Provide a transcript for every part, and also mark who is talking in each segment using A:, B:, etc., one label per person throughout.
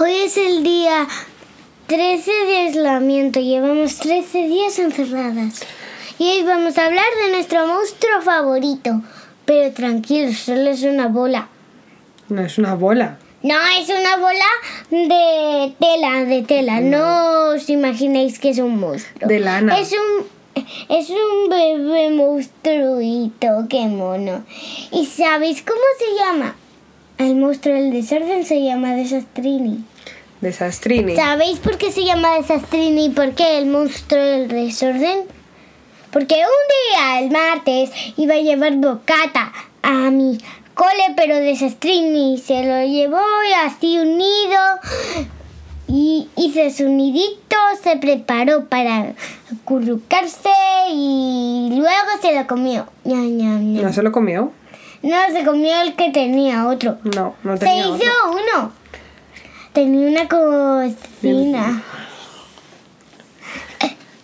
A: Hoy es el día 13 de aislamiento. Llevamos 13 días encerradas. Y hoy vamos a hablar de nuestro monstruo favorito. Pero tranquilos, solo es una bola.
B: No es una bola.
A: No, es una bola de tela, de tela. No, os imaginéis que es un monstruo.
B: De lana.
A: Es un es un bebé monstruito, qué mono. ¿Y sabéis cómo se llama? El monstruo del desorden se llama Desastrini.
B: Desastrini.
A: ¿Sabéis por qué se llama Desastrini y por qué el monstruo del desorden? Porque un día, el martes, iba a llevar bocata a mi cole, pero Desastrini se lo llevó y así unido y hizo su nidito, se preparó para currucarse y luego se lo comió. Ñam, ñam, ñam.
B: ¿No se lo comió?
A: No, se comió el que tenía otro.
B: No, no
A: Se
B: tenía
A: hizo
B: otro.
A: uno. Tenía una cocina.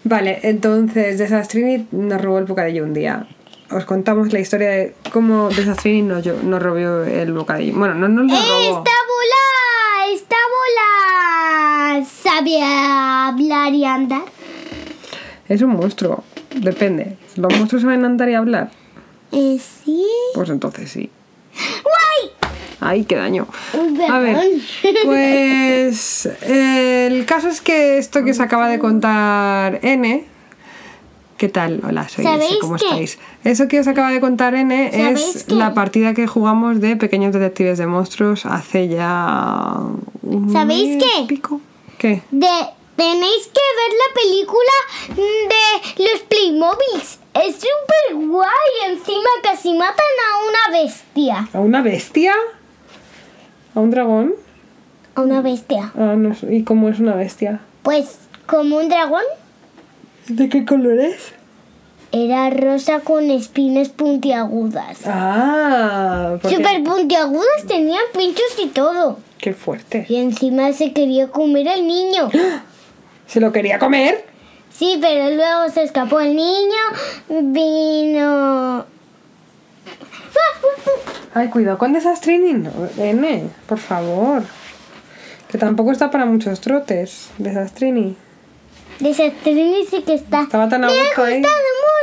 B: Vale, entonces Desastrini nos robó el bocadillo un día. Os contamos la historia de cómo Desastrini nos, llo- nos robó el bocadillo. Bueno, no
A: Eh,
B: nos lo robó.
A: ¡Esta bola! ¡Esta bola! Sabía hablar y andar.
B: Es un monstruo. Depende. ¿Los monstruos saben andar y hablar?
A: Eh, sí.
B: Pues entonces sí.
A: ¡Guay!
B: ¡Ay, qué daño!
A: Uy,
B: A ver,
A: perdón.
B: pues eh, el caso es que esto que os acaba de contar N, ¿qué tal? Hola, soy
A: ¿Sabéis
B: Ese, ¿cómo
A: qué?
B: estáis? Eso que os acaba de contar N es
A: ¿Sabéis qué?
B: la partida que jugamos de Pequeños Detectives de Monstruos hace ya un
A: ¿Sabéis
B: mes
A: qué?
B: pico. ¿Qué?
A: De, tenéis que ver la película de los Playmobiles. Es súper guay. Encima casi matan a una bestia.
B: ¿A una bestia? ¿A un dragón?
A: A una bestia.
B: Ah, no sé, ¿Y cómo es una bestia?
A: Pues como un dragón,
B: ¿De qué color es?
A: era rosa con espinas puntiagudas.
B: Ah, porque-
A: Súper puntiagudas, tenían pinchos y todo.
B: qué fuerte.
A: Y encima se quería comer al niño.
B: ¿Se lo quería comer?
A: Sí, pero luego se escapó el niño. Vino...
B: Ay, cuidado con Desastrini, no, N, por favor. Que tampoco está para muchos trotes, Desastrini.
A: Desastrini sí que está.
B: Estaba tan a
A: Me ha
B: gusto
A: gustado
B: ahí.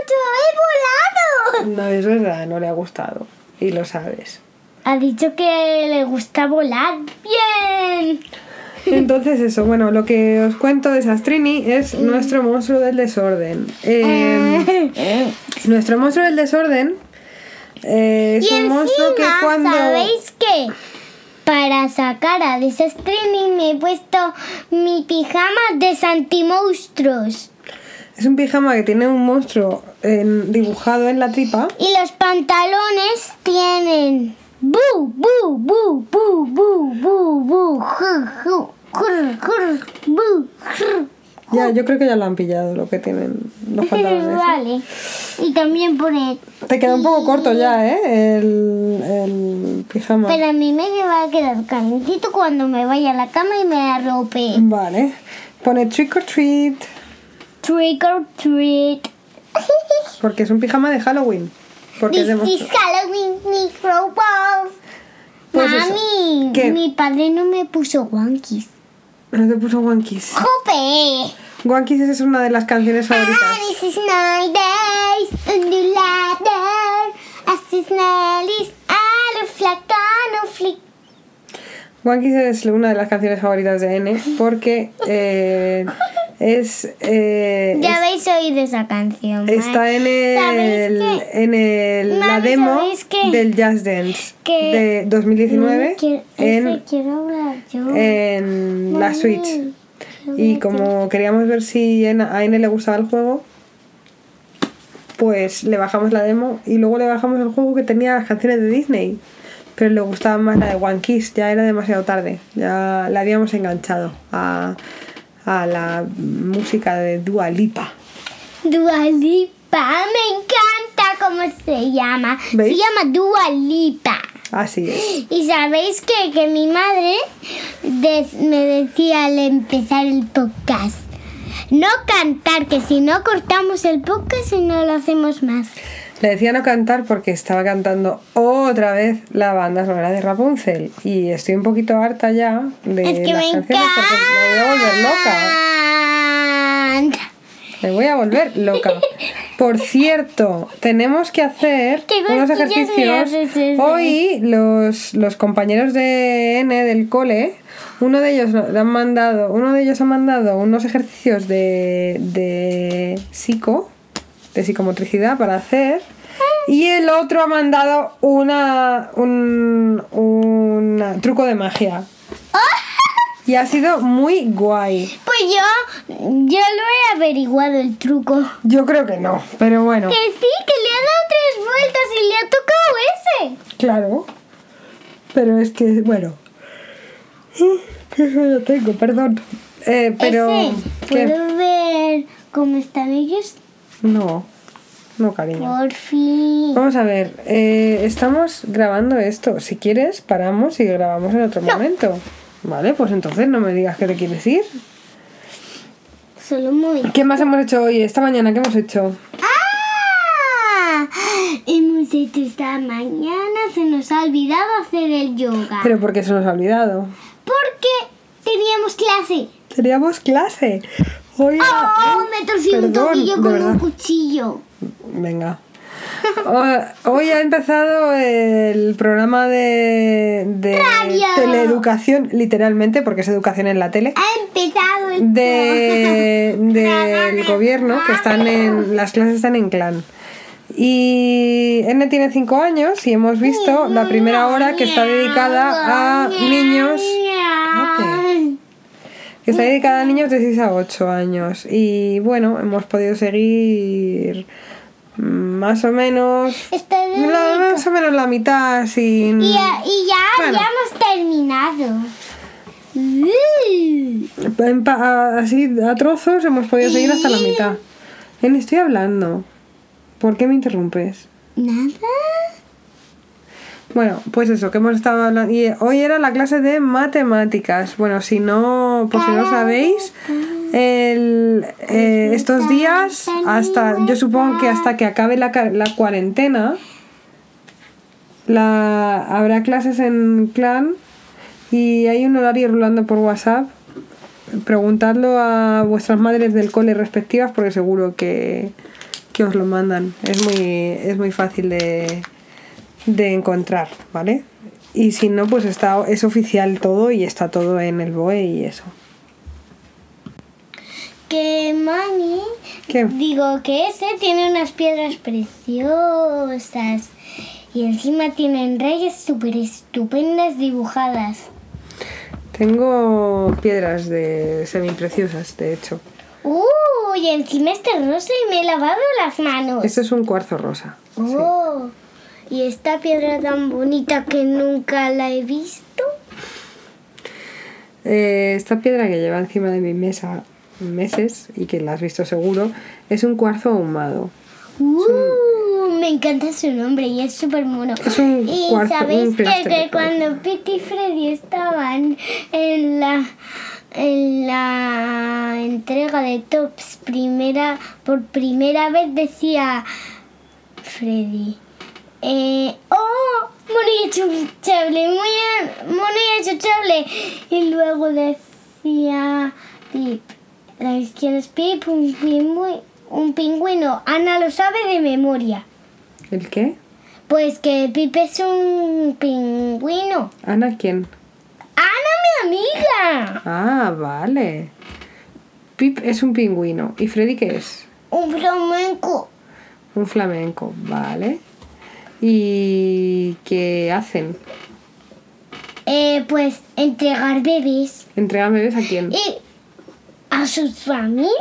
A: mucho, he volado.
B: No, es verdad, no le ha gustado. Y lo sabes.
A: Ha dicho que le gusta volar. Bien.
B: Entonces eso, bueno, lo que os cuento de Sastrini es nuestro monstruo del desorden.
A: Ah,
B: Eh, nuestro monstruo del desorden eh, es
A: y
B: un
A: encima,
B: monstruo que cuando...
A: ¿sabéis qué? Para sacar a Desastrini me he puesto mi pijama de Santimonstruos.
B: Es un pijama que tiene un monstruo en- dibujado en la tripa.
A: Y los pantalones tienen... Bu, bu, bu, bu, bu, bu, bu, ju, ju, jur, jur, bu, jur.
B: Ya, yo creo que ya lo han pillado lo que tienen los pantalones. ¿eh?
A: Ah. vale. Y también pone...
B: Te queda un poco corto ya, ¿eh? El, el pijama.
A: Pero a mí me va a quedar calentito cuando me vaya a la cama y me arrope.
B: Vale. Pone trick or treat,
A: Trick or treat.
B: porque es un pijama de Halloween. Porque es
A: This
B: de
A: is
B: monstruo.
A: Halloween microballs.
B: Pues eso.
A: Mami,
B: ¿Qué?
A: mi padre no me puso guanquis.
B: No te puso Wankies.
A: ¡Jope!
B: Wankies es una de las canciones
A: Ah,
B: favoritas.
A: this is nine days in the ladder. As is Nelly's out of flacano flick.
B: Wankies es una de las canciones favoritas de N, porque eh, es, eh,
A: Ya habéis oído esa canción.
B: es- está en el,
A: ¿Sabéis qué?
B: en el- la
A: Mami,
B: demo
A: ¿sabéis qué?
B: del Jazz Dance
A: Que-
B: de 2019
A: Quiero-
B: en, eh,
A: ese quiero hablar yo.
B: en la Switch.
A: Mami, quiero hablar
B: Y
A: yo.
B: como queríamos ver si en- a N le gustaba el juego, pues le bajamos la demo y luego le bajamos el juego que tenía las canciones de Disney. Pero le gustaba más la de One Kiss, ya era demasiado tarde, ya la habíamos enganchado a, a la música de Dua Lipa.
A: Dua Lipa, me encanta cómo se llama.
B: ¿Veis?
A: Se llama Dua Lipa.
B: Así es.
A: Y sabéis qué? que mi madre des- me decía al empezar el podcast, no cantar, que si no cortamos el podcast y no lo hacemos más.
B: Le decía no cantar porque estaba cantando otra vez la banda sonora de Rapunzel. Y estoy un poquito harta ya de
A: es que
B: las
A: me
B: canciones
A: encanta.
B: porque me voy a volver loca. Me voy a volver loca. Por cierto, tenemos que hacer
A: Qué
B: unos
A: cosquillas me
B: ejercicios.
A: haces, César.
B: Hoy los, los compañeros de N del cole, uno de ellos nos han mandado, uno de ellos ha mandado unos ejercicios de, de psico, de psicomotricidad para hacer. Y el otro ha mandado una un, un truco de magia. Y ha sido muy guay.
A: Pues yo, yo lo he averiguado el truco.
B: Yo creo que no, pero bueno.
A: Que sí, que le ha dado tres vueltas y le ha tocado ese.
B: Claro. Pero es que, bueno. Que yo tengo, perdón. Eh, pero.
A: Ese.
B: ¿qué?
A: ¿Puedo ver cómo están ellos?
B: No. No, cariño.
A: Por fin.
B: Vamos a ver. eh, estamos grabando esto. Si quieres, paramos y grabamos en otro momento. Vale, pues entonces no me digas que te quieres ir.
A: Solo muy.
B: ¿Qué más hemos hecho hoy? Esta mañana, ¿qué hemos hecho?
A: ¡Ah! Hemos hecho esta mañana, se nos ha olvidado hacer el yoga.
B: Pero porque se nos ha olvidado.
A: Porque teníamos clase.
B: Teníamos clase. Hoy era-
A: ¡Oh! Me torcí un
B: Perdón,
A: tobillo
B: de
A: con
B: verdad.
A: un cuchillo.
B: Venga. O- Hoy ha empezado el programa de, de
A: Radio.
B: teleeducación, literalmente, porque es educación en la tele,
A: Ha empezado el
B: de- del
A: Programa.
B: gobierno, que están en, las clases están en clan. Y N tiene 5 años y hemos visto la primera hora que está dedicada a niños Cállate. que está dedicada a niños de 6 a 8 años. Y bueno, hemos podido seguir mm, más o menos
A: Está de-
B: La- más o menos la mitad sin...
A: Y, ya- y ya,
B: Bueno.
A: ya hemos terminado.
B: Mm.
A: Uh,
B: en pa- a- así a trozos hemos podido seguir hasta la mitad. En estoy hablando. ¿Por qué me interrumpes?
A: Nada.
B: Bueno, pues eso, que hemos estado hablando... Y hoy era la clase de matemáticas. Bueno, si no, por si no sabéis, el- eh, estos días, hasta yo supongo que hasta que acabe la, ca- la cuarentena, la, habrá clases en clan y hay un horario rulando por WhatsApp. Preguntadlo a vuestras madres del cole respectivas porque seguro que, que os lo mandan. Es muy, es muy fácil de, de encontrar, ¿vale? Y si no, pues está, es oficial todo y está todo en el BOE y eso.
A: Que mami,
B: ¿Qué?
A: digo que ese tiene unas piedras preciosas y encima tienen rayas súper estupendas dibujadas.
B: Tengo piedras de semipreciosas, de hecho.
A: ¡Uh! Y encima este rosa y me he lavado las manos.
B: Esto es un cuarzo rosa.
A: ¡Oh! Y esta piedra tan bonita que nunca la he visto.
B: Eh, esta piedra que lleva encima de mi mesa meses y que la has visto seguro es un cuarzo ahumado.
A: ¡Uh! Me encanta su nombre y es súper mono.
B: Es un
A: y
B: cuarzo-
A: sabéis
B: un
A: que,
B: clúster
A: que
B: de cuarzo.
A: cuando Pete y Freddy estaban en la en la entrega de Tops primera por primera vez decía Freddy. eh, ¡Oh! Mono y achuchable, muy bien, mono y achuchable. Y luego decía Pip, la izquierda es Pip, un pingüino, un pingüino. Ana lo sabe de memoria.
B: ¿El qué?
A: Pues que Pip es un pingüino.
B: ¿Ana quién?
A: ¡Ana, mi amiga!
B: Ah, vale. Pip es un pingüino. ¿Y Freddy qué es?
A: Un flamenco.
B: Un flamenco, vale. ¿Y qué hacen?
A: Eh, pues entregar bebés.
B: ¿Entregan bebés a quién?
A: Y a sus familias.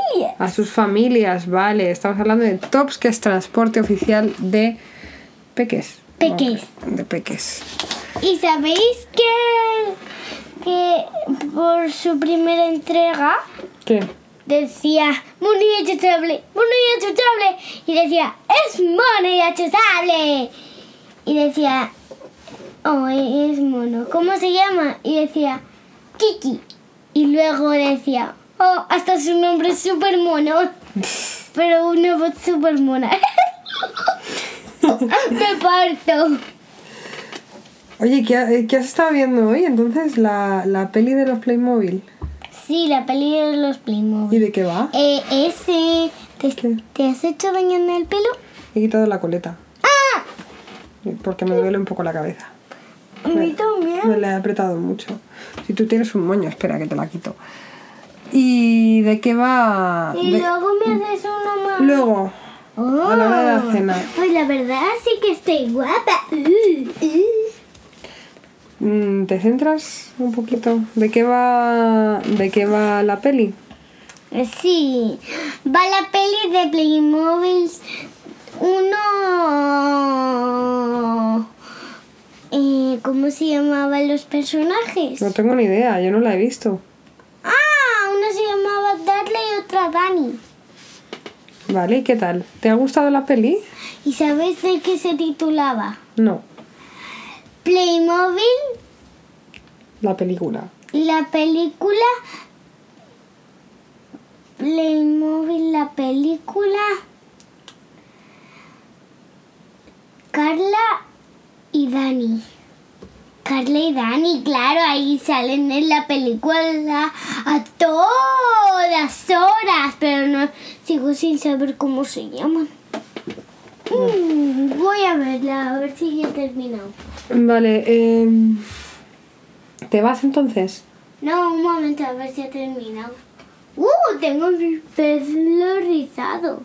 B: A sus familias, vale. Estamos hablando de TOPS, que es transporte oficial de peques.
A: Peques.
B: De peques.
A: Y sabéis que, que por su primera entrega
B: ¿Qué?
A: decía money achutable, money achutable. Y decía, es money achutable. Y decía, oh, es mono. ¿Cómo se llama? Y decía, Kiki. Y luego decía, oh, hasta su nombre es súper mono. Pero una voz súper mona. Me parto.
B: Oye, ¿qué, ha- eh, qué has estado viendo hoy? Entonces, la, la peli de los Playmobil.
A: Sí, la peli de los
B: ¿Y
A: Playmobil.
B: de qué va?
A: Eh, ese, ¿te,
B: ¿Qué?
A: te has hecho daño en el pelo?
B: He quitado la coleta.
A: ¡Ah!
B: Porque me duele un poco la cabeza.
A: A mí también.
B: Me la he apretado mucho. Si tú tienes un moño, espera que te la quito. ¿Y de qué va?
A: Y
B: De-
A: luego me haces una más.
B: Luego,
A: Oh.
B: a la hora de la cena.
A: Pues la verdad sí que estoy guapa. Uh, uh.
B: mm, ¿te centras un poquito? ¿De qué va? ¿De qué va la peli?
A: Sí, va la peli de Playmobil uno... Eh, ¿Cómo se llamaban los personajes?
B: No tengo ni idea, yo no la he visto.
A: Ah, una se llamaba Dudley y otra Dani.
B: Vale, ¿y qué tal? ¿Te ha gustado la peli?
A: ¿Y sabes de qué se titulaba?
B: No,
A: Playmobil,
B: la película.
A: la película... Playmobil, la película... Carla y Dani. Carla y Dani, claro, ahí salen en la película a todas horas, pero no sigo sin saber cómo se llaman. Mm, voy a verla, a ver si ya he terminado.
B: Vale, em, ¿te vas entonces?
A: No, un momento, a ver si ha terminado. ¡Uh! Tengo mi pelo rizado.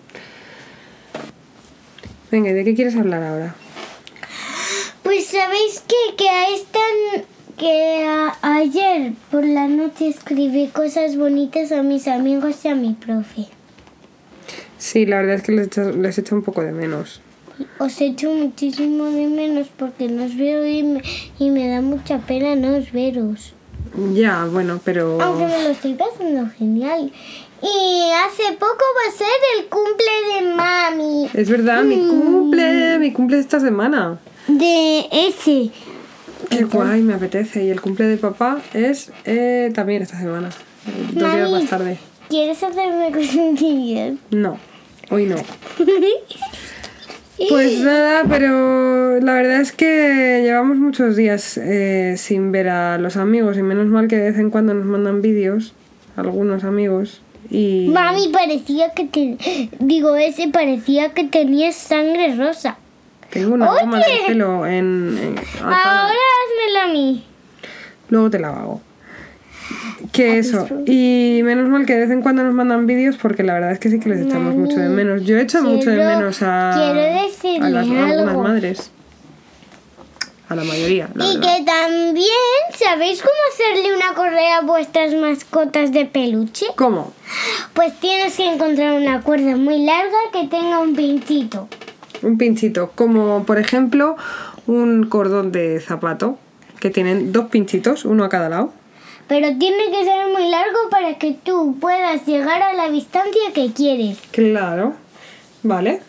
B: Venga, ¿y de qué quieres hablar ahora?
A: Pues sabéis qué? que a esta n- que a- ayer por la noche escribí cosas bonitas a mis amigos y a mi profe.
B: Sí, la verdad es que les echo, les echo un poco de menos.
A: Os echo muchísimo de menos porque no os veo y me, y me da mucha pena no os veros.
B: Ya, bueno, pero...
A: Aunque me lo estoy pasando genial. Y hace poco va a ser el cumple de mami.
B: Es verdad, mi cumple, mi cumple es esta semana.
A: De ese.
B: Qué guay, me apetece. Y el cumple de papá es eh, también esta semana. eh, Dos días
A: Mami.
B: más tarde.
A: ¿Quieres hacerme consentimiento?
B: No, hoy no. Pues nada, pero la verdad es que llevamos muchos días eh, sin ver a los amigos y menos mal que de vez en cuando nos mandan vídeos, algunos amigos. Y
A: Mami parecía que te digo ese parecía que tenías sangre rosa.
B: tengo una goma de
A: Oye.
B: pelo en, en- atada.
A: Ahora házmelo a mí.
B: Luego te la hago. Que eso. Y menos mal que de vez en cuando nos mandan vídeos porque la verdad es que sí que les echamos mucho de menos. Yo echo mucho de
A: quiero-
B: menos a,
A: quiero
B: a las
A: decirle
B: a algunas
A: algo.
B: madres. A la mayoría, la
A: Y
B: verdad.
A: que también sabéis cómo hacerle una correa a vuestras mascotas de peluche.
B: ¿Cómo?
A: Pues tienes que encontrar una cuerda muy larga que tenga un pinchito.
B: Un pinchito. Como por ejemplo un cordón de zapato que tienen dos pinchitos, uno a cada lado.
A: Pero tiene que ser muy largo para que tú puedas llegar a la distancia que quieres.
B: Claro. Vale.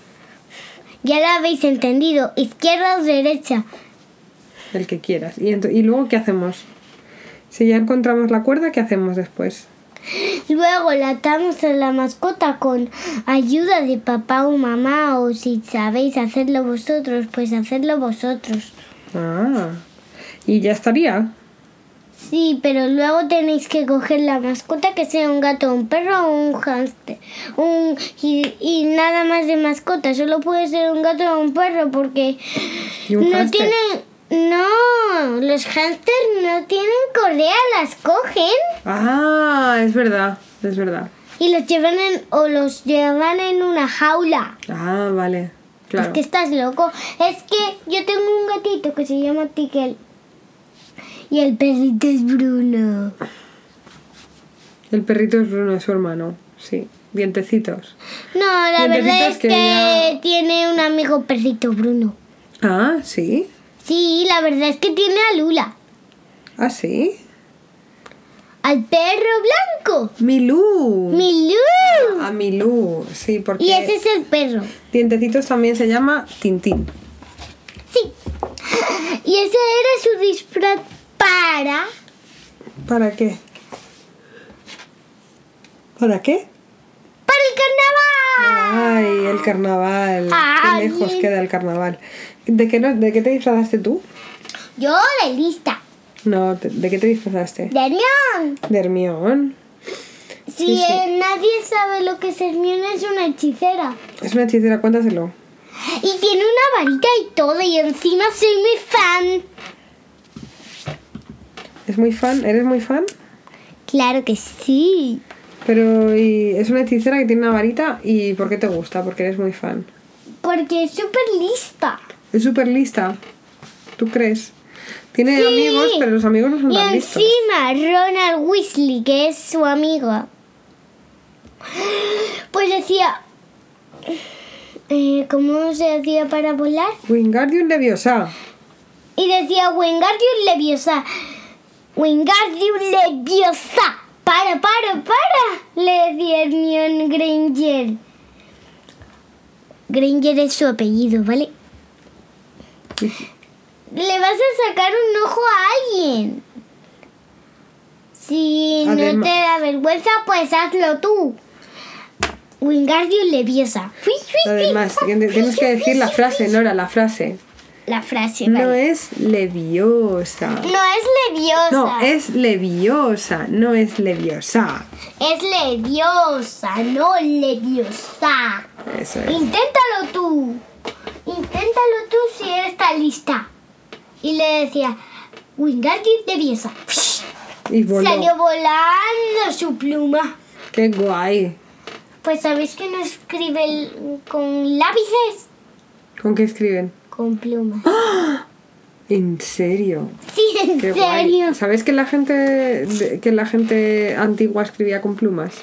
A: Ya lo habéis entendido, izquierda o derecha.
B: El que quieras. Y, ento- y luego, ¿qué hacemos? Si ya encontramos la cuerda, ¿qué hacemos después?
A: Luego la atamos a la mascota con ayuda de papá o mamá o si sabéis hacerlo vosotros, pues hacerlo vosotros.
B: Ah. Y ya estaría.
A: Sí, pero luego tenéis que coger la mascota que sea un gato, un perro o un hámster. Un, y, y nada más de mascota, solo puede ser un gato o un perro porque
B: Y un
A: no
B: hámster.
A: tienen... No, los hámsters no tienen correa, las cogen
B: Ah, es verdad, es verdad.
A: y los llevan en, o los llevan en una jaula.
B: Ah, vale, claro.
A: Es que estás loco. Es que yo tengo un gatito que se llama Tiquel. Y el perrito es Bruno.
B: El perrito es Bruno, es su hermano, sí. Dientecitos.
A: No, la
B: El perrito
A: verdad
B: es
A: es
B: que
A: que,
B: ya-
A: tiene un amigo perrito Bruno.
B: Ah, sí.
A: Sí, la verdad es que tiene a Lula.
B: Ah, sí.
A: Al perro blanco.
B: Milú.
A: Milú.
B: A Milú, sí, porque
A: Y ese es el perro.
B: Dientecitos también se llama Tintín.
A: Sí. Y ese era su disfraz para...
B: ¿Para qué? ¿Para qué?
A: ¡Para el carnaval!
B: Ay, el carnaval. Qué
A: Ay.
B: lejos queda el carnaval. ¿De qué, no- de qué te disfrazaste tú?
A: Yo de lista.
B: No, te- ¿de qué te disfrazaste?
A: De Hermión.
B: De Hermión.
A: Si
B: Sí, sí.
A: eh, nadie sabe lo que es Hermión, es una hechicera.
B: Es una hechicera, cuéntaselo.
A: Y tiene una varita y todo, y encima soy muy fan.
B: ¿Es muy fan? ¿Eres muy fan?
A: Claro que sí.
B: Pero y, es una hechicera que tiene una varita y ¿por qué te gusta? Porque eres muy fan.
A: Porque es súper lista.
B: Es súper lista. ¿Tú crees? Tiene
A: Sí.
B: amigos, pero los amigos no son
A: Y
B: tan listos.
A: encima Ronald Weasley, que es su amigo, pues decía, eh, ¿cómo se hacía para volar?
B: Wingardium Leviosa.
A: Y decía Wingardium Leviosa, Wingardium Leviosa, para, para, para, le decía Hermione Granger. Granger es su apellido, ¿vale? Le vas a sacar un ojo a alguien. Si
B: Adem-
A: no te da vergüenza, pues hazlo tú. Wingardium Leviosa. Fui, fui, fui,
B: Además,
A: fui,
B: tien-
A: fui,
B: tienes que
A: fui,
B: decir la
A: fui,
B: frase,
A: fui.
B: Nora, la frase.
A: La frase,
B: No
A: vale.
B: es leviosa.
A: No es leviosa.
B: No, es leviosa, no es leviosa.
A: Es leviosa, no leviosa.
B: Eso es.
A: Inténtalo tú. Inténtalo tú si eres tan lista. Y le decía, Wingardium Leviosa.
B: Y voló.
A: Salió volando su pluma.
B: Qué guay.
A: Pues sabéis que no escribe el- con lápices,
B: ¿Con qué escriben?
A: con plumas.
B: En serio.
A: Sí, en
B: Ah, Qué guay.
A: serio.
B: ¿Sabes que la gente de- que la gente antigua escribía con plumas?